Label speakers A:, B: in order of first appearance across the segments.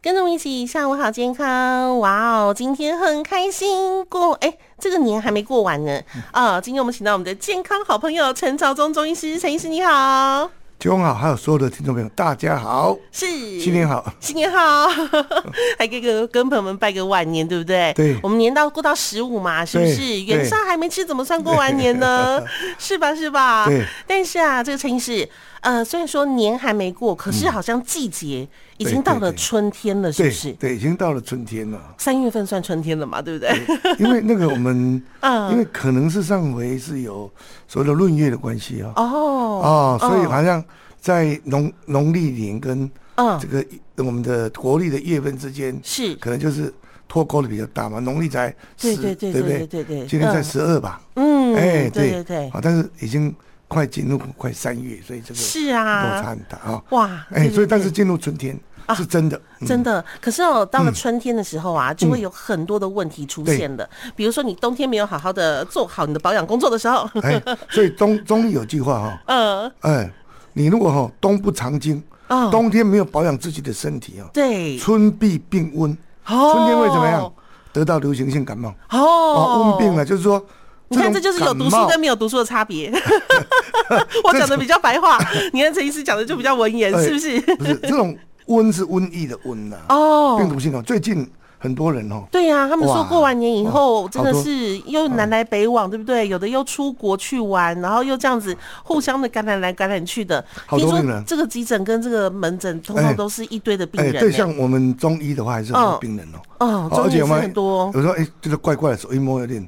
A: 跟着我一起，下午好健康。哇哦，今天很开心过，哎、这个年还没过完呢。
B: 嗯
A: 啊、今天我们请到我们的健康好朋友陈朝宗中医师，陈医师你好，
B: 九红好，还有所有的听众朋友，大家好，
A: 是
B: 新年好。
A: 新年好， 还给个跟朋友们拜个晚年，对不对？
B: 对
A: 我们年到过到十五嘛，是不是？
B: 对
A: 元宵还没吃，怎么算过完年 呢？是吧？是吧？
B: 对。
A: 但是啊，这个陈医师，呃，虽然说年还没过，可是好像季节已经
B: 嗯对
A: 到
B: 对
A: 了
B: 对
A: 春天了，是
B: 对
A: 不是？
B: 对，已经到了春天了，
A: 三月份算春天了嘛，对不对？，
B: 因为那个我们
A: 嗯
B: 因为可能是上回是有所谓的闰月的关系啊，
A: 哦，
B: 哦，所以
A: 嗯
B: 好像在农农历年跟
A: 嗯
B: 哦这个我们的国历的月份之间，
A: 是，
B: 可能就是脱钩的比较大嘛，农历才
A: 对
B: 十，
A: 对对
B: 不
A: 对对对对，
B: 今天才
A: 嗯
B: 十二吧，
A: 嗯，
B: 哎，
A: 对对对，
B: 好，但是已经快进入快三月，所以这个
A: 是
B: 落差
A: 啊，
B: 很大啊。
A: 哇，
B: 哎，
A: 对
B: 所
A: 对
B: 以但
A: 对啊
B: 是进入春天是真的，嗯
A: 真的，可是哦，到了春天的时候啊，就会有很多的问题出现的。比如说，你冬天没有好好的做好你的保养工作的时候，
B: 哎，所以中中医有句话哈，
A: 呃，
B: 哎，你如果哈冬不藏精，
A: 哦
B: 冬天没有保养自己的身体啊，
A: 对，
B: 春必病温，
A: 哦
B: 春天会怎么样？得到流行性感冒
A: 哦
B: 哦，，温病。了，就是说，
A: 你看，这就是有读书跟没有读书的差别。 我讲的比较白 话，你看陈医师讲的就比较文言，
B: 哎
A: 是不是？
B: 不是这种温是瘟疫的瘟呐，
A: 哦，
B: 病毒性哦，最近很多人哦，
A: 对啊呀、他们说
B: 哇
A: 过完年以后
B: 哦
A: 真的
B: 好多嗯
A: 是又南来北往，对不对？有的又出国去玩，然后又这样子互相的感染来感染去的。
B: 好多
A: 听
B: 病
A: 说
B: 人
A: 这个急诊跟这个门诊通
B: 哎
A: 通都是一堆的病
B: 哎，
A: 人、欸。
B: 对，像我们中医的话还是很多
A: 嗯
B: 病人哦，
A: 哦，
B: 哦
A: 中
B: 而
A: 医
B: 且
A: 也
B: 我
A: 是
B: 们
A: 很多
B: 有时候哎，觉得怪怪的，手一摸有点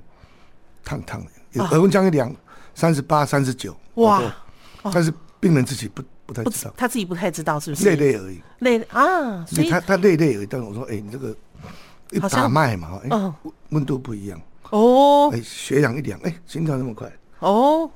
B: 烫烫的，
A: 哦
B: 有耳温枪一量三十八、三十九，
A: 哇，
B: 但是病人自己不不太
A: 哦不
B: 知
A: 知
B: 道，
A: 他自己不太知道是不是
B: 累累而已。
A: 累啊，所
B: 所以
A: 以
B: 他他累累而已。但是我说，哎、你这个一
A: 好像
B: 打脉嘛，哎、
A: 嗯
B: 温温度不一样，
A: 哦
B: 哎、血氧一量，哎、心跳那么快，
A: 哦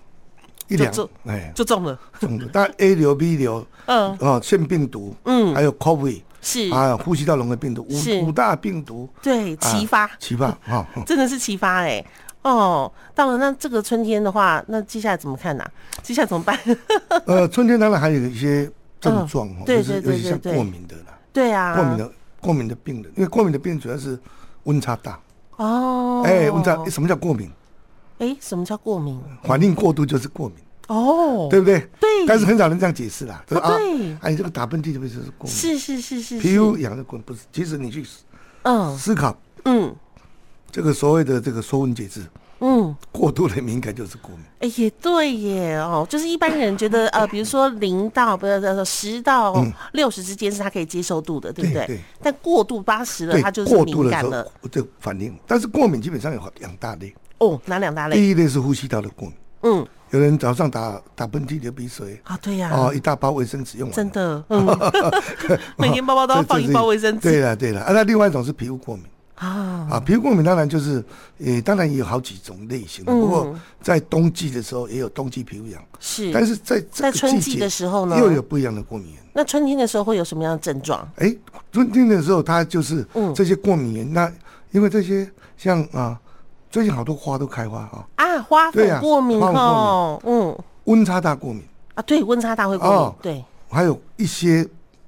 B: 一量
A: 就，
B: 哎、
A: 就中了，
B: 中毒。但 A 流、B 流，
A: 嗯
B: 哦，腺病毒，
A: 嗯
B: 还有 COVID
A: 是，
B: 啊，呼吸道融合病毒，
A: 是
B: 五五大病毒
A: 对，
B: 啊
A: 齐发。
B: 奇葩哈。
A: 真的是启发哎、哦，到了那这个春天的话，那接下来怎么看呢、啊接下来怎么办？
B: 呃，春天当然还有一些症状
A: 嗯
B: 哦，
A: 对
B: 就是
A: 对对
B: 尤其像
A: 对对
B: 过敏的啦，
A: 对啊，
B: 过敏的过敏的病人，因为过敏的病人主要是温差大。
A: 哦，
B: 哎、温差，什么叫过敏？
A: 哎，什么叫过敏？
B: 反应过度就是过敏，
A: 哦，
B: 嗯对不对？
A: 对
B: 但是很少人这样解释啦，就是
A: 哦对
B: 啊，哎，你这个打喷嚏就不是过敏？
A: 是是是是，
B: 皮
A: 是
B: 肤痒的过敏不是？其实你去思
A: 嗯
B: 思考
A: 嗯
B: 这个所谓的这个说文解字，
A: 嗯，
B: 过度的敏感就是过敏。
A: 哎也对耶哦，就是一般人觉得呃，比如说零到不是呃十到六十之间是他可以接受度的，对不
B: 嗯对
A: 对
B: 对？
A: 但过度八十了，
B: 对
A: 他，就是
B: 过度
A: 敏
B: 的
A: 感
B: 时
A: 了
B: 候。这个反应，但是过敏基本上有两大类，
A: 哦，哪两大类？
B: 第一类是呼吸道的过敏，
A: 嗯，
B: 有人早上打打喷嚏流鼻水，
A: 啊对呀，
B: 哦，一大包卫生纸用完了，
A: 真的， 嗯，每天包包都要
B: 这
A: 放
B: 这
A: 一
B: 是
A: 包卫生纸
B: 对了对了，啊，那另外一种是皮肤过敏。
A: 啊，
B: 啊，皮肤过敏当然就是，呃，当然也有好几种类型的，
A: 嗯
B: 不过在冬季的时候也有冬季皮肤痒，
A: 是。
B: 但是在这
A: 在
B: 个
A: 春
B: 季
A: 季
B: 节
A: 的时候呢，
B: 又有不一样的过敏源。
A: 那春天的时候会有什么样的症状？
B: 哎，春天的时候它就是
A: 嗯
B: 这些过敏源，那因为这些像啊，最近好多花都开花啊，
A: 啊，花
B: 对
A: 粉
B: 呀
A: 过敏
B: 花粉
A: 哦，嗯
B: 温差大过敏，
A: 啊，对，温差大会过敏，
B: 哦
A: 对，
B: 还有一些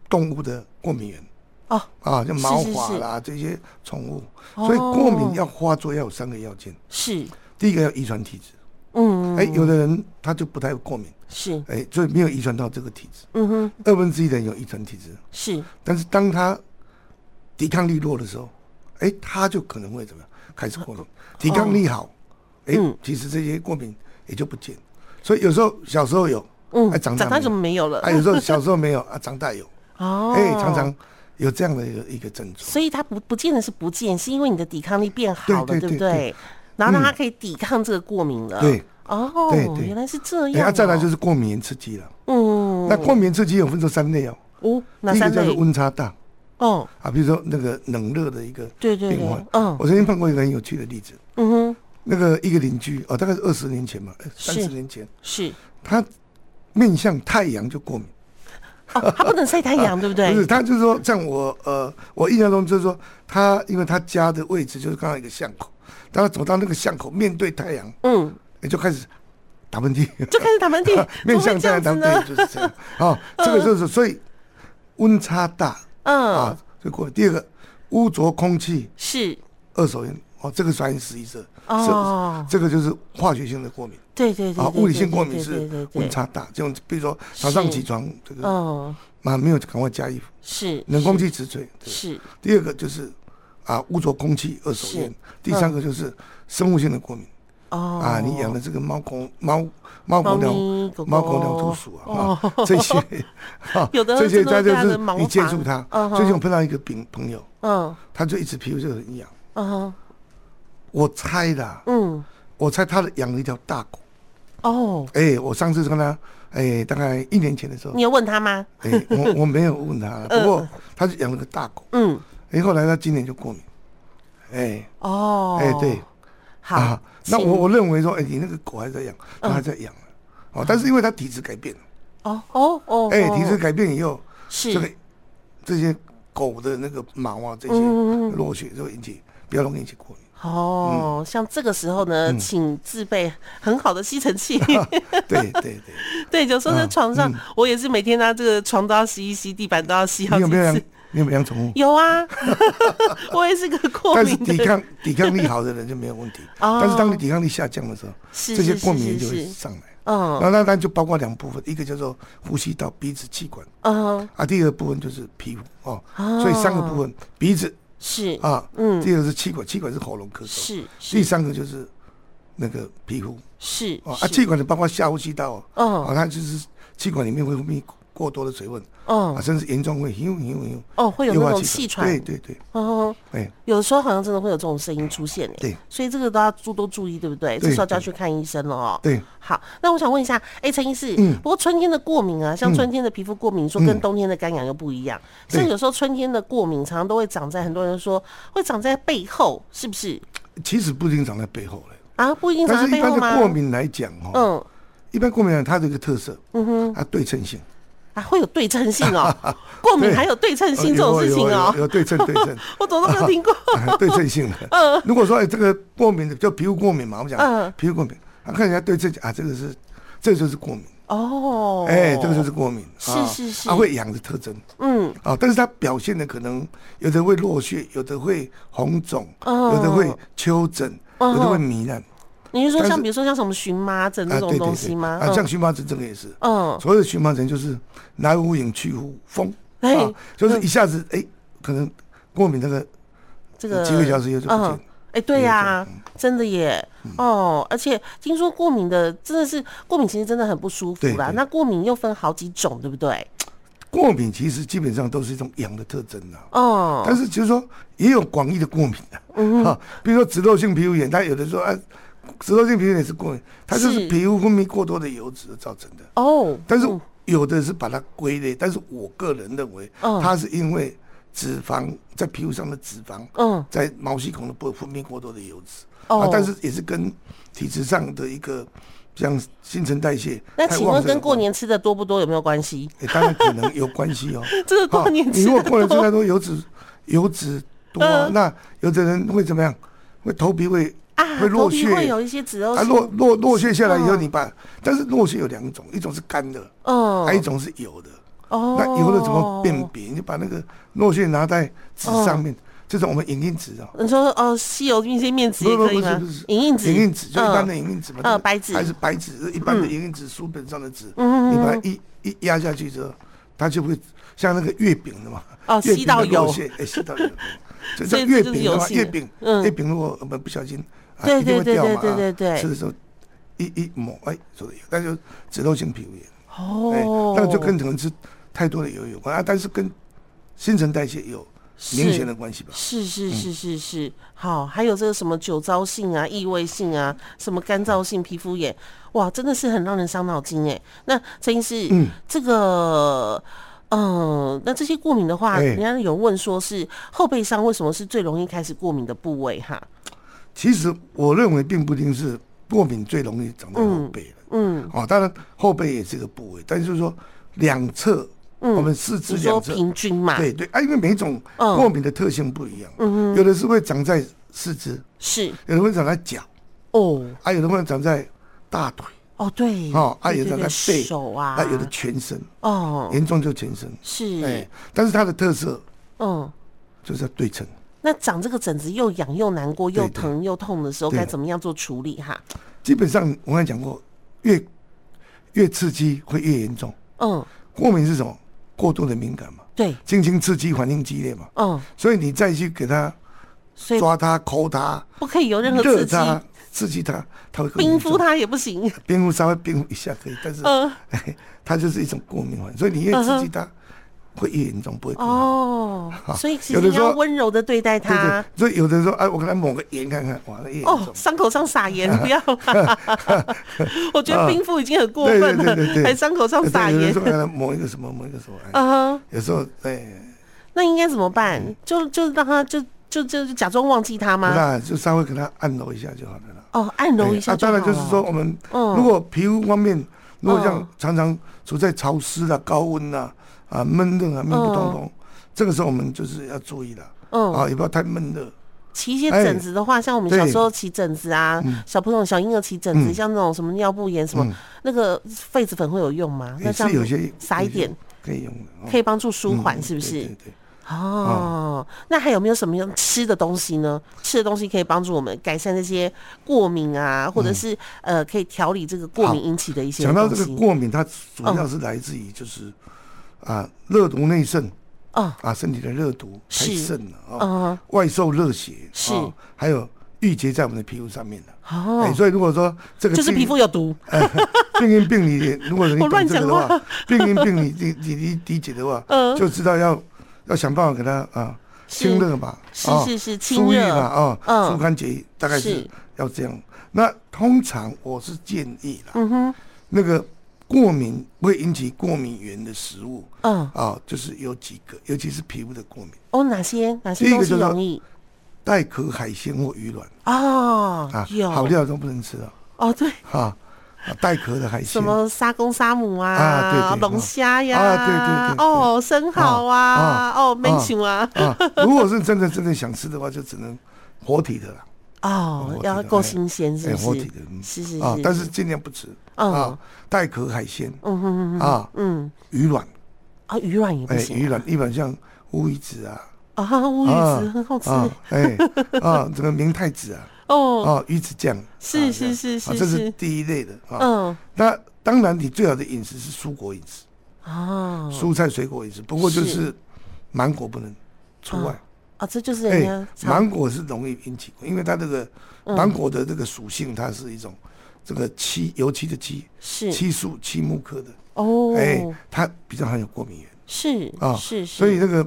B: 动物的过敏源
A: 哦，
B: 啊，像毛
A: 是
B: 发
A: 是
B: 啦这些宠物，
A: 哦
B: 所以过敏要花作要有三个要件，
A: 是，
B: 第一个要遗传体质，
A: 嗯，
B: 哎，有的人他就不太会过敏。
A: 是，
B: 哎，所以没有遗传到这个体质。
A: 嗯哼，
B: 二分之一的人有遗传体质，
A: 是，
B: 但是当他抵抗力弱的时候，哎，他就可能会怎么样？开始过敏。抵抗力好，哎、
A: 哦嗯
B: 其实这些过敏也就不见。所以有时候小时候有，
A: 嗯，
B: 哎，长大没有
A: 怎么没有了？
B: 啊，有时候小时候没有啊，长大有，
A: 哦，
B: 哎，常，常有这样的一个一个症状。
A: 所以它不不见得是不见，是因为你的抵抗力变好了，
B: 对对
A: 对不
B: 对嗯
A: 对？然后让它可以抵抗这个过敏了，
B: 对，
A: 哦
B: 对，对
A: 原来是这
B: 哎，
A: 样
B: 啊、
A: 哦，
B: 再来就是过敏原刺激了。
A: 嗯，
B: 那过敏原刺激有分成三类哦，
A: 哦，哪
B: 第一个
A: 三
B: 叫
A: 类
B: 做？温差大
A: 哦，
B: 啊，比如说那个冷热的一个
A: 对对
B: 病患
A: 对。嗯
B: 我曾经碰过一个很有趣的例子。
A: 嗯哼，
B: 那个一个邻居哦，大概是二十年前嘛，
A: 是
B: 三十年前，
A: 是，
B: 他面向太阳就过敏，
A: 哦，它不能晒太 阳，对不对？
B: 啊不是，他就是说，像我呃，我印象中就是说，他因为他家的位置就是刚好一个巷口，当他走到那个巷口，面对太阳，
A: 嗯，
B: 也就开始打喷嚏，，
A: 就开始打喷嚏
B: 面向太阳
A: 怎
B: 打
A: 么会
B: 喷
A: 这样子呢？
B: 嚏就是这样啊，这个就是所以温差大
A: 嗯，
B: 啊，就过了。第二个，污浊空气、
A: 是
B: 二手烟，哦，这个算是死一色，
A: 哦，
B: 这个就是化学性的过敏
A: 对对对，
B: 啊，
A: 对
B: 物理性
A: 对
B: 过
A: 对对
B: 敏
A: 对对
B: 是
A: 对
B: 温差大，这种比如说早上
A: 是
B: 起床，这个
A: 嗯，
B: 啊没有赶快加衣服，
A: 是
B: 冷空
A: 气
B: 气直吹。对
A: 是
B: 第二个就是啊污浊空气、二手烟
A: 是。嗯
B: 第三个就是生物性的过敏
A: 哦
B: 啊，你养的这个猫公猫猫
A: 猫
B: 狗鸟
A: 咪狗
B: 猫狗鸟
A: 狗
B: 毒鼠啊啊，这些 啊
A: 有的
B: 这些
A: 真的
B: 它
A: 会
B: 就
A: 让
B: 是
A: 人毛
B: 你接触
A: 烦
B: 它
A: 嗯。
B: 最近我
A: 哼
B: 碰到一个朋朋友，
A: 嗯
B: 他就一直皮肤就很痒，
A: 嗯哼
B: 我猜的啊，
A: 嗯
B: 我猜他的养了一条大狗。
A: 哦，
B: 哎、我上次跟他，哎、大概一年前的时候
A: 你，嗯有问他吗？
B: 哎、我我没有问他 了，不过他是养了个大狗，
A: 嗯
B: 哎、后来他今年就过敏，哎、
A: 哦，
B: 哎对，
A: 好，
B: 啊，那
A: 请
B: 我我认为说，哎、你那个狗还在养，
A: 嗯
B: 它还在养啊哦，但是因为它体质改变了，
A: 哦哦哦，
B: 哎、
A: 哦
B: 体质改变以后，
A: 是
B: 这个这些狗的那个毛啊，这些
A: 嗯嗯嗯
B: 落血就会引起比较容易引起过敏。
A: 哦，
B: 嗯
A: 像这个时候呢，请自备很好的吸尘 器。
B: 对对对，
A: 对，有时候在
B: 啊
A: 床上，我也是每天拿这个床都要吸一吸，地板都要吸好
B: 你
A: 几
B: 有没有养
A: 次。？
B: 你有没有养宠物？
A: 有 啊，我也是个 过
B: 但是
A: 敏的
B: 抵
A: 人。
B: 抗抵抗力好的人就没有问题，
A: 哦
B: 但是当你抵抗力下降的时候，
A: 是
B: 这些
A: 是
B: 过
A: 是
B: 敏
A: 是
B: 就会
A: 是
B: 上来。然
A: 嗯
B: 后那那就包括两部分，一个叫做呼吸道、鼻子、气管
A: 嗯，
B: 啊，第二部分就是皮肤哦，
A: 哦
B: 所以三个部分，鼻子
A: 是
B: 啊，
A: 嗯
B: 第二个是气管，气管是喉咙咳嗽，
A: 是
B: 第
A: 是
B: 三个就是那个皮肤
A: 是
B: 哦啊，
A: 是
B: 气管的包括下呼吸道哦，
A: 嗯
B: 啊，它就是气管里面会分泌过多的水分啊，
A: 嗯
B: 甚至严重会因为因为因为
A: 哦，会有
B: 诱
A: 那
B: 发
A: 种气喘。
B: 对对对，
A: 哦，
B: 哎，
A: 有时候好像真的会有这种声音出现诶。
B: 对，
A: 所以这个都要注多注意，对不对？这
B: 对
A: 时候就要
B: 对
A: 去看医生了哦。
B: 对，嗯
A: 好，那我想问一下，哎，陈医师，不过春天的过敏啊，像春天的皮肤过敏，说跟冬天的干痒又不一样，
B: 对
A: 像有时候春天的过敏，常常都会长在很多人说会长在背后，是不是？
B: 其实不一定长在背后嘞。
A: 啊，不一定长
B: 但
A: 在
B: 是
A: 背
B: 一般
A: 后
B: 的
A: 吗？
B: 过，敏来讲哦，
A: 嗯
B: 一般过敏来讲它有一个特色，
A: 嗯哼，
B: 它对称性，
A: 啊，会有对称性 哦，过敏还有对称性这种事情
B: 有有
A: 哦
B: 有，有对称对称，
A: 我怎么都没有听过？
B: 啊对称性的。如果说哎这个过敏的就皮肤过敏嘛，我们
A: 嗯
B: 讲皮肤过敏，啊看人家对称啊，这个是这就是过敏，
A: 哦，
B: 哎，这个就是过敏，啊
A: 是是是
B: 啊会痒的特征
A: 嗯
B: 啊，但是它表现的可能有的会落血，有的会红肿，
A: 哦
B: 有的会丘疹，
A: 嗯
B: 有的会糜烂
A: 你是说
B: 但
A: 像
B: 是
A: 比如说像什么荨麻疹
B: 啊，
A: 这种
B: 对对
A: 东西
B: 对，
A: 吗？
B: 啊像荨麻疹这个也是，
A: 嗯，
B: 所谓的荨麻疹就是来无影去无风，
A: 哎
B: 啊，就是一下子哎、可能过敏那个
A: 这个
B: 几个小时以后就不见了
A: 嗯哎、对呀、
B: 嗯
A: 真的耶！哦，而且听说过敏的真的是过敏，其实真的很不舒服
B: 对
A: 啦。
B: 对
A: 那过敏又分好几种，对不对？
B: 过敏，其实基本上都是一种痒的特征啊。
A: 哦，嗯
B: 但是就是说也有广义的过敏的、啊，比如说脂漏性皮肤炎，它有的说啊，脂漏性皮肤炎也是过敏，它就是
A: 是
B: 皮肤分泌过多的油脂造成的。
A: 哦，
B: 但是
A: 嗯
B: 有的是把它归类，但是我个人认为，
A: 嗯
B: 它是因为脂肪在皮肤上的脂肪，
A: 嗯
B: 在毛细孔的部分分泌过多的油脂，
A: 哦
B: 啊，但是也是跟体质上的一个像新陈代谢
A: 那
B: 太
A: 请
B: 旺
A: 问
B: 盛
A: 跟
B: 的
A: 过
B: 话、
A: 年吃的多不多有没有关系？
B: 诶哎当然可能有关系哦。
A: 这是过
B: 好
A: 年
B: 你
A: 吃
B: 如果
A: 的
B: 过
A: 多
B: 年吃太多油脂，油脂多、啊，
A: 嗯
B: 那有的人会怎么样？会头皮会
A: 啊，
B: 会
A: 头
B: 落
A: 皮
B: 屑，
A: 会有一些脂漏
B: 啊落
A: 性，
B: 落落屑下来以后，
A: 嗯
B: 你把，但是落屑有两种，一种是干的，
A: 嗯
B: 还有一种是油的。
A: 哦，
B: 哎那油的怎么辨？别？你就把那个落屑拿在纸
A: 哦
B: 上面，这种我们影印纸啊，
A: 你说哦，吸油那些面纸也
B: 不不
A: 可以
B: 不是
A: 吗
B: 不是？
A: 影印纸，
B: 影印纸就一般的
A: 嗯
B: 影印纸嘛，
A: 嗯
B: 就是
A: 白纸嗯
B: 还是白纸，一般的影印纸，书本上的纸，
A: 嗯嗯嗯
B: 你把它一一压下去之后，它就会像那个月饼的嘛，
A: 哦
B: 月饼的
A: 吸到油
B: 落屑，哎，吸到 油，就
A: 所
B: 叫
A: 以这
B: 月
A: 就是
B: 饼
A: 油
B: 的话，
A: 性的
B: 月饼，
A: 嗯
B: 月饼如果我们不小心，啊
A: 对
B: 一定会
A: 对对
B: 掉嘛
A: 对对对
B: 啊
A: 对
B: 吃的时候一一抹，哎，所以那就脂漏性皮肤炎，哎
A: 哦，，
B: 那就跟可能吃太多的油有关啊，但是跟新陈代谢有明
A: 是
B: 显的关系吧。嗯
A: 是是是是是，好，还有这个什么酒糟性啊、异味性啊、什么干燥性皮肤炎，哇，真的是很让人伤脑筋哎。那陈医师，嗯，这个，嗯，那这些过敏的话，
B: 哎
A: 人家有问说是后背上为什么是最容易开始过敏的部位哈？
B: 其实我认为并不一定是过敏最容易长在后背了。
A: 嗯，
B: 哦，当然后背也是个部位，但是就是说两侧，我们四肢
A: 嗯你说
B: 两侧，
A: 平均嘛，
B: 对对啊，因为每一种
A: 嗯
B: 过敏的特性不一样，有的是会长在四肢，
A: 是
B: 有的会长在脚，
A: 哦
B: 啊，有的会长在大腿，
A: 哦对，
B: 哦，啊，
A: 对
B: 有
A: 对
B: 的
A: 对
B: 在背，
A: 手啊，
B: 有的全身，哎
A: 哦
B: 严重就全身，
A: 是
B: 哎，但是它的特色
A: 嗯
B: 就是要对称。
A: 那长这个疹子又痒又难过又
B: 对的
A: 疼又痛的时候，
B: 对
A: 该
B: 的
A: 怎么样做处理哈？
B: 基本上我刚才讲过，越越刺激会越严重。
A: 嗯，
B: 过敏是什么？过度的敏感嘛，
A: 对，
B: 轻轻刺激，反应激烈嘛，
A: 嗯，
B: 所以你再去给它
A: 所以
B: 抓它、抠它、
A: 不可以有任何
B: 热
A: 刺激，
B: 它、刺激它，它会更
A: 冰
B: 严
A: 敷
B: 重。
A: 它也不行。
B: 冰敷稍微冰敷一下可以，但是、
A: 嗯，
B: 它就是一种过敏反应，所以你越刺激它，会越严重，不会更好。
A: 哦，所以其
B: 有
A: 实
B: 的时
A: 要
B: 候
A: 温柔的对待
B: 对
A: 它
B: 对。，所以有的人说，哎、我给他抹个盐看看，哇，那越严重。
A: 哦，伤口上撒 盐，不要 啦！我觉得冰敷已经很过分
B: 啊对对对对
A: 了，
B: 对
A: 还伤口上
B: 对
A: 撒
B: 有的
A: 盐
B: 时。候给他抹一个什么，抹一个什么，哎、
A: 啊，
B: 有时候哎，
A: 那应该怎么
B: 嗯
A: 办？就就让它就就就就假装忘记它吗？
B: 那就稍微给他按揉一下就好了啦。
A: 哦，按揉一
B: 哎
A: 下
B: 啊，当然
A: 好
B: 就
A: 了
B: 是说，我们
A: 嗯
B: 如果皮肤方面，如果像
A: 嗯
B: 常常处在潮湿啊、高温啊、啊闷热啊、密不通风，这个时候我们就是要注意了
A: 嗯，
B: 啊，也不要太闷热。
A: 起一些
B: 哎
A: 疹子的话，像我们小
B: 对
A: 时候起疹子啊，小朋友小婴儿起疹子，
B: 嗯
A: 像那种什么尿布炎什么，那个痱子粉会有用吗？那这
B: 也是
A: 样
B: 有
A: 子
B: 些
A: 撒一点
B: 可以用的，哦
A: 可以帮助舒缓，
B: 嗯
A: 是不是？
B: 对对对。
A: 哦，那还有没有什么样吃的东西呢？吃的东西可以帮助我们改善这些过敏啊，或者是、呃，可以调理这个过敏引起的一些
B: 嗯讲到
A: 东
B: 这个
A: 西。
B: 过敏，它主要是来自于就是啊热毒内盛
A: 哦，
B: 啊，身体的热毒太
A: 是
B: 盛了啊，
A: 嗯，
B: 外受热血
A: 是
B: 啊还有郁结在我们的皮肤上面的。哎，
A: 哦，
B: 所以如果说这个
A: 就是
B: 病
A: 皮肤有毒，
B: 病因病理，如果你
A: 我乱
B: 懂这个的
A: 讲
B: 话， 病因病理你你你理解的话，
A: 嗯
B: 就知道要要想办法给它啊
A: 是
B: 清热嘛，
A: 是
B: 啊
A: 是是清
B: 疏郁嘛
A: 热，
B: 啊，
A: 嗯
B: 疏肝解郁，大概是
A: 是
B: 要这样。那通常我是建议啦，
A: 嗯哼，
B: 那个过敏会引起过敏源的食物
A: 嗯，
B: 啊，就是有几个，尤其是皮肤的过敏，
A: 哦，哪些哪些
B: 第一
A: 东
B: 个
A: 西
B: 就是
A: 容易
B: 带壳海鲜或鱼卵
A: 哦，
B: 啊，
A: 有
B: 好料都不能吃啊，
A: 哦，对，
B: 哈，啊带壳的海鲜
A: 什么沙公沙母
B: 啊对
A: 啊，
B: 对
A: 龙虾呀，
B: 啊对对对对
A: 哦，生蚝啊，
B: 啊
A: 哦，梅酒啊，
B: 啊，如果是真的真的想吃的话，就只能活体的啦，
A: 哦
B: 活，体
A: 要
B: 的
A: 够
B: 哎
A: 新鲜，是
B: 哎，
A: 不
B: 活体
A: 是？
B: 的，嗯
A: 是是
B: 啊
A: 是，
B: 但是尽量不吃
A: 嗯
B: 啊，带壳海鲜
A: 嗯哼哼哼，
B: 啊，
A: 嗯，
B: 鱼卵，
A: 啊，鱼卵也不
B: 哎，
A: 行
B: 鱼卵，一般像乌鱼子啊，
A: 啊，乌鱼
B: 啊
A: 子很好吃
B: 啊，哎，啊，这个明太子啊，
A: 哦，
B: 啊，鱼子酱，
A: 是
B: 啊这
A: 是
B: 样
A: 是
B: 啊
A: 是
B: 这
A: 是
B: 是第一类的啊。
A: 嗯
B: 那当然，你最好的饮食是蔬果饮食，
A: 啊
B: 蔬菜水果饮食，不过就是是芒果不能除外。
A: 啊，这就是人
B: 哎
A: 家，常
B: 芒果是容易引起，因为它这个
A: 嗯
B: 芒果的这个属性，它是一种这个漆油漆的漆，
A: 是
B: 漆树漆木科的，
A: 哦，
B: 哎，它比较含有过敏源，
A: 是
B: 啊
A: 是是，
B: 所以那个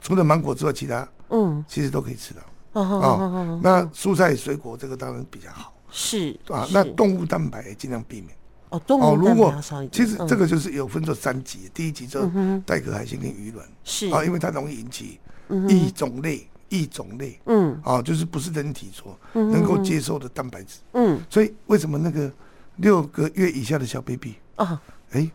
B: 除了芒果之外，其他
A: 嗯
B: 其实都可以吃的
A: 哦哦哦
B: 啊
A: 哦。
B: 那蔬菜水果这个当然比较好
A: 是
B: 啊，
A: 是
B: 那动物蛋白也尽量避免。
A: 哦动
B: 哦，
A: 物
B: 如
A: 蛋白
B: 果
A: 要少一点，
B: 其实
A: 嗯
B: 这个就是有分作三级，第一级就
A: 嗯哼
B: 带壳海鲜跟鱼卵
A: 是
B: 啊，因为它容易引起
A: 嗯哼
B: 异种类、异种类
A: 嗯
B: 啊，就是不是人体所
A: 嗯
B: 能够
A: 嗯嗯
B: 接受的蛋白质。
A: 嗯
B: 所以为什么那个六个月以下的小 baby，
A: 啊
B: 哎，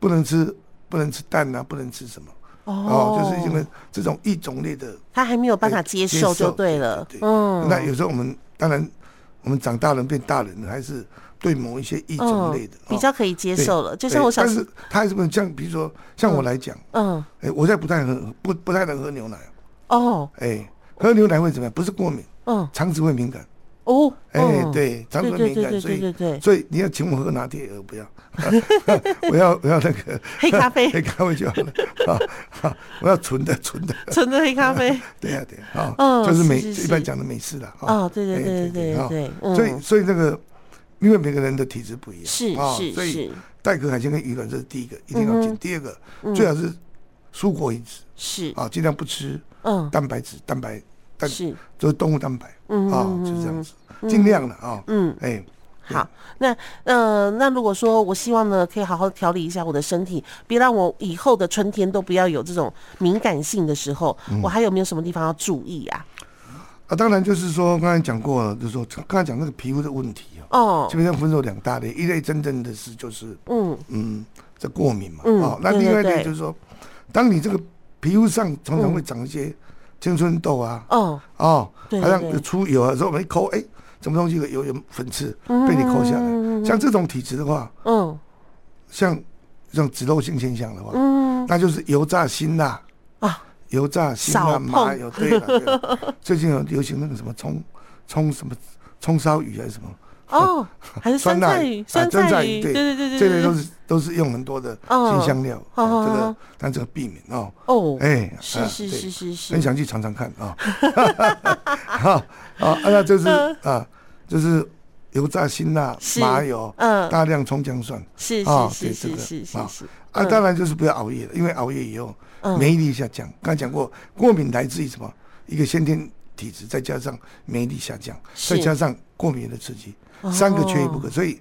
B: 不能吃不能吃蛋啊，不能吃什么
A: 哦
B: 哦，就是因为这种异种类的
A: 他还没有办法
B: 哎
A: 接
B: 接
A: 受就
B: 受
A: 对了
B: 对，对
A: 嗯，
B: 那有时候我们当然，我们长大人变大人了，还是对某一些异种类的、
A: 嗯比
B: 哦
A: 较可以接
B: 对
A: 受了，就
B: 对
A: 像我小
B: 但
A: 时
B: 是他还是不能像，比如说像我来讲，
A: 嗯
B: 哎、我现在不太喝不不太能喝牛奶，啊
A: 哦
B: 哎、喝牛奶会怎么样？不是过敏，
A: 嗯
B: 肠子会敏感，
A: 哦
B: 哎、
A: 嗯
B: 对，肠
A: 对
B: 子会
A: 对
B: 敏
A: 对
B: 感，
A: 对
B: 所
A: 对
B: 以
A: 对对，
B: 所以你要请我喝拿铁，呃，不要， 我要我要那个 哎
A: 黑咖 啡
B: 黑咖啡就好了，啊啊，我要纯的纯的，
A: 纯的黑咖啡。
B: 对呀对呀，
A: 嗯
B: 啊，就是美
A: 是是
B: 一般讲的美式啦，啊
A: 哦，对对
B: 哎
A: 对对对
B: 啊
A: 对，
B: 所以
A: 嗯，
B: 所以那个，因为每个人的体质不一样，
A: 是
B: 啊
A: 是
B: 所以
A: 是
B: 带壳海鲜跟鱼卵这是第一个一定要
A: 嗯
B: 减，第二个最好是蔬果饮食
A: 是，
B: 啊，尽量不吃
A: 嗯，
B: 蛋白质、蛋白蛋
A: 是，
B: 就是动物蛋白
A: 嗯
B: 啊，就是这样子，尽量了啊，
A: 嗯，
B: 哎，对
A: 好，那呃，那如果说我希望呢，可以好好调理一下我的身体，别让我以后的春天都不要有这种敏感性的时候，
B: 嗯
A: 我还有没有什么地方要注意啊？
B: 啊，当然就是说刚才讲过了，就是说刚才讲那个皮肤的问题啊，
A: 哦
B: 基，本上分作两大类，一类真正的是就是
A: 嗯，
B: 嗯，这过敏嘛，
A: 嗯
B: 哦，那
A: 对对
B: 另外一
A: 对
B: 类就是说，当你这个皮肤上常常会长一些青春痘啊，
A: 哦，
B: 哦，
A: 嗯对
B: 好
A: 对
B: 像出油啊，有时候我们一抠，哎，什么东西有有有粉刺
A: 嗯
B: 被你抠下
A: 嗯
B: 来，像这种体质的话，
A: 嗯
B: 像这种脂漏性现象的话，
A: 嗯
B: 那就是油炸辛辣
A: 啊，
B: 油炸、辛
A: 少
B: 辣、
A: 碰
B: 麻油，对了，对 了最近有流行那个什么葱葱什么葱烧鱼还是什么，
A: 哦，还是酸菜鱼，
B: 酸
A: 酸
B: 菜鱼啊
A: 菜鱼，
B: 酸菜鱼对
A: 对对对
B: 这
A: 对
B: 类都
A: 对，
B: 是都是用很多的
A: 哦
B: 新香料，
A: 哦
B: 啊
A: 哦
B: 这个
A: 哦
B: 但这个避免哦，
A: 哦，
B: 哎，啊
A: 是是
B: 对哎
A: 是是是，
B: 很想去尝尝看啊。 好，好，那就是啊，就是油炸辛辣、
A: 嗯是
B: 麻油、
A: 嗯，
B: 大量葱姜蒜
A: 是
B: 啊
A: 是是
B: 对这
A: 是
B: 个
A: 是
B: 啊
A: 是是，
B: 啊。
A: 嗯
B: 当然就是不要熬夜了，因为熬夜以后
A: 嗯
B: 免疫力下降。刚才讲过，过敏来自于什么？一个先天体质，再加上免疫力下降，
A: 是哦
B: 再加上过敏的刺激，三个缺一不可。所以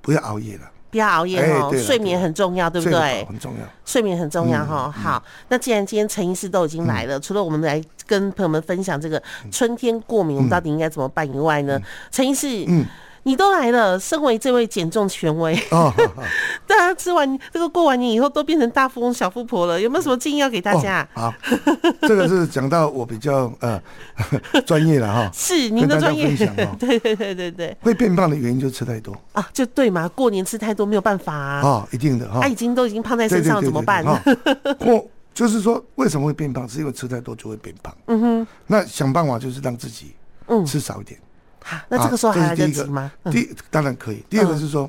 B: 不要熬夜了，
A: 不要熬夜
B: 哎
A: 哦
B: 对，了
A: 睡
B: 对
A: 眠
B: 了
A: 很重要，对不
B: 睡得
A: 对
B: 好？很重要。
A: 睡眠很重要
B: 嗯
A: 哈。好，那既然今天陈医师都已经来了，除了我们来跟朋友们分享这个春天过敏我们到底应该怎么办以外呢，陈医师，
B: 嗯
A: 你都来了，身为这位减重权威，
B: 哦，好好
A: 大家吃完这个过完年以后都变成大富翁、小富婆了，有没有什么建议要给大家？
B: 哦、好，这个是讲到我比较呃 专业了哈。
A: 是您的专业，
B: 跟大家分享哦
A: 对对对对对
B: 会变胖的原因就是吃太多
A: 啊，就对嘛，过年吃太多没有办法 啊，
B: 啊，一定的哈
A: 啊，已。经都已经胖在身上了怎么办？
B: 哈， 过就是说为什么会变胖，是因为吃太多就会变胖。嗯哼，那想办法就是让自己
A: 嗯
B: 吃少一点。
A: 啊那这个时候还
B: 啊
A: 来
B: 这
A: 得
B: 是第
A: 及
B: 一个
A: 吗？嗯
B: 第一当然可以。第二个是说，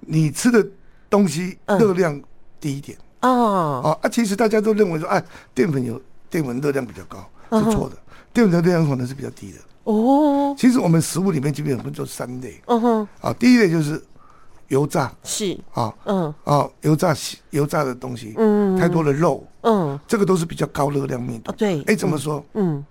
B: 你吃的东西
A: 嗯
B: 热量低一点。
A: 哦，
B: 哦啊，其实大家都认为说，哎，淀粉有淀粉热量比较高，
A: 嗯
B: 是
A: 哼
B: 错的。淀粉的热量可能是比较低的。
A: 哦，
B: 其实我们食物里面基本上分作三类
A: 嗯哼，
B: 啊，第一类就是油炸
A: 是，
B: 啊
A: 嗯
B: 啊，油炸西油炸的东西，
A: 嗯
B: 太多的肉，
A: 嗯，
B: 这个都是比较高热量密度
A: 哦。对，
B: 哎，怎么说？
A: 嗯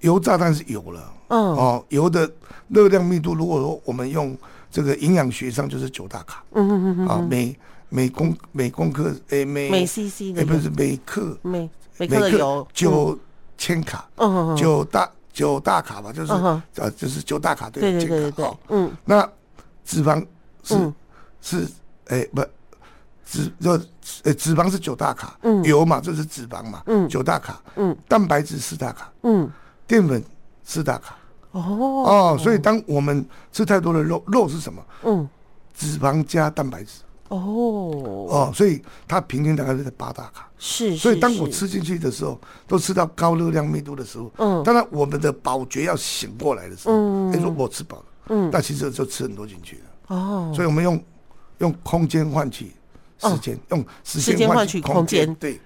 B: 油炸当然是有了
A: 嗯
B: 哦，油的热量密度，如果说我们用这个营养学上就是九大卡
A: 嗯嗯嗯，
B: 啊，每每公每公克哎
A: 美
B: 每
A: CC 的
B: 哎不
A: 油
B: 是每克
A: 美美
B: 每
A: 克的油，
B: 九千卡，
A: 嗯嗯嗯
B: 九大九大卡吧，就是
A: 嗯哼
B: 呃就是九大卡对
A: 对对
B: 千
A: 对对
B: 卡
A: 对
B: 哦，
A: 嗯
B: 那脂肪是
A: 嗯
B: 是哎不脂就呃脂肪是九大卡，
A: 嗯
B: 油嘛就是脂肪嘛，
A: 嗯
B: 九大卡，
A: 嗯
B: 蛋白质四大卡，
A: 嗯，
B: 淀粉四大卡
A: 哦，
B: 哦，所以当我们吃太多的肉，肉是什么？
A: 嗯
B: 脂肪加蛋白质
A: 哦，
B: 哦，所以它平均大概是在八大卡。
A: 是，
B: 所以
A: 是
B: 当我
A: 是
B: 吃进去的时候，都吃到高热量密度的食物。
A: 嗯
B: 当然我们的饱觉要醒过来的时候，哎、说我吃饱了，嗯，那其实就吃很多进去了。
A: 哦，
B: 所以我们用用空间换取时间，用时
A: 时间
B: 间换
A: 换
B: 取
A: 取
B: 空
A: 空
B: 间，
A: 间
B: 对。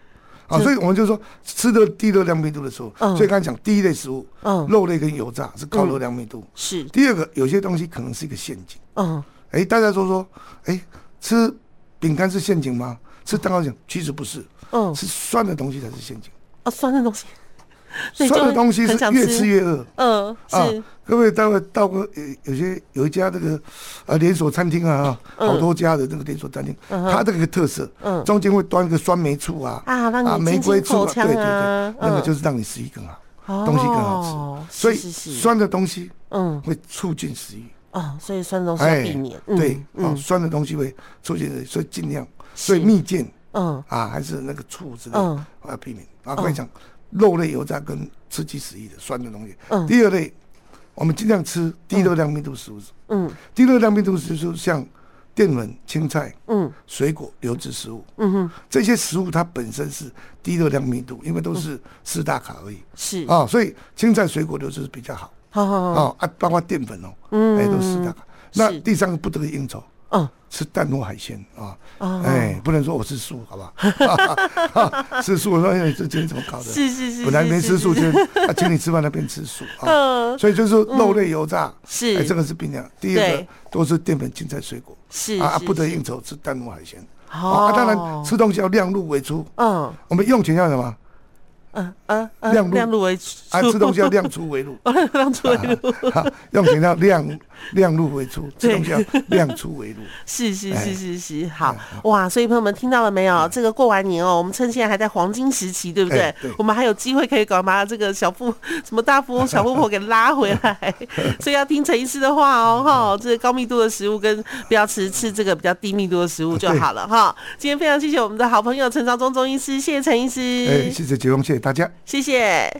B: 啊，所以我们就说吃的低热量密度的时候，
A: 嗯
B: 所以刚才讲第一类食物，
A: 嗯
B: 肉类跟油炸是高热量密度。
A: 是，
B: 第二个，有些东西可能是一个陷阱。
A: 嗯
B: 哎，大家都说，哎，吃饼干是陷阱吗？吃蛋糕是陷阱其实不是，
A: 嗯，
B: 是酸的东西才是陷阱。
A: 哦，酸的东西，所以
B: 酸
A: 就
B: 的东西
A: 很
B: 是
A: 想
B: 越吃越饿
A: 嗯
B: 啊
A: 是，！
B: 各位待会到过呃有有些有一家这个呃连锁餐厅啊，
A: 嗯
B: 好多家的这个连锁餐厅，
A: 嗯哼
B: 它这个特色，
A: 嗯
B: 中间会端个酸梅醋啊
A: 啊让你
B: 玫瑰醋
A: 清清口腔
B: 对对对，
A: 啊
B: 那个
A: 嗯
B: 就是让你食欲更好，
A: 哦
B: 东西更好吃，所以
A: 是是是
B: 酸的东西
A: 嗯
B: 会促进食欲，
A: 哦，所以酸的东西要避免，嗯
B: 哎对，哦，
A: 嗯
B: 酸的东西会促进食欲，所以尽量，
A: 是
B: 所以蜜饯
A: 嗯
B: 啊还是那个醋之类
A: 嗯
B: 的，我要避免啊，跟你讲，肉类油炸跟刺激食欲的酸的东西，
A: 嗯
B: 第二类，我们尽量吃低热量密度食物。
A: 嗯
B: 低热量密度食物就是像淀粉、青菜、
A: 嗯
B: 水果、油脂食物，
A: 嗯哼
B: 这些食物它本身是低热量密度，因为都
A: 嗯
B: 是四大卡而已
A: 是，
B: 啊、所以青菜、水果流质比较好
A: 好好
B: 啊、
A: 好，
B: 啊，包括淀粉哦，嗯，哎，都是四大卡。那
A: 哦是
B: 第三个不得应酬，
A: 嗯
B: 吃蛋或海鲜啊，
A: 哦
B: 哎，不能说我吃素，好吧？ 吃素，我说哎，这今天怎么搞的？
A: 是是是，
B: 本来
A: 是
B: 没
A: 是
B: 吃
A: 是
B: 素，就啊，请你吃饭那边吃素 啊，
A: 嗯
B: 所以就是说肉类油炸
A: 是
B: 哎这个是必量。第二个
A: 对
B: 多吃淀粉、青菜、水果
A: 是
B: 啊，啊
A: 是
B: 不得
A: 是
B: 应酬吃淡如海鲜。
A: 哦
B: 啊，当然吃东西要量入为出，
A: 嗯
B: 我们用钱要什么？
A: 嗯嗯嗯，
B: 量入
A: 量入为
B: 啊，
A: 出，
B: 吃东西要量出为入
A: 量出为入，
B: 啊用钱要量量入为出，吃东西要量出为入。
A: 是是是是是，好哇！所以朋友们听到了没有？这个过完年哦，我们趁现在还在黄金时期，对不对
B: 哎对？
A: 我们还有机会可以搞把这个小富什么大富翁、小富婆给拉回来，所以要听陈医师的话哦，哈，这个高密度的食物跟不要吃吃这个比较低密度的食物就好了哈。今天非常谢谢我们的好朋友陈昭忠中医师，谢谢陈医
B: 哎，
A: 师，
B: 谢谢杰荣，谢谢大家。
A: 谢谢。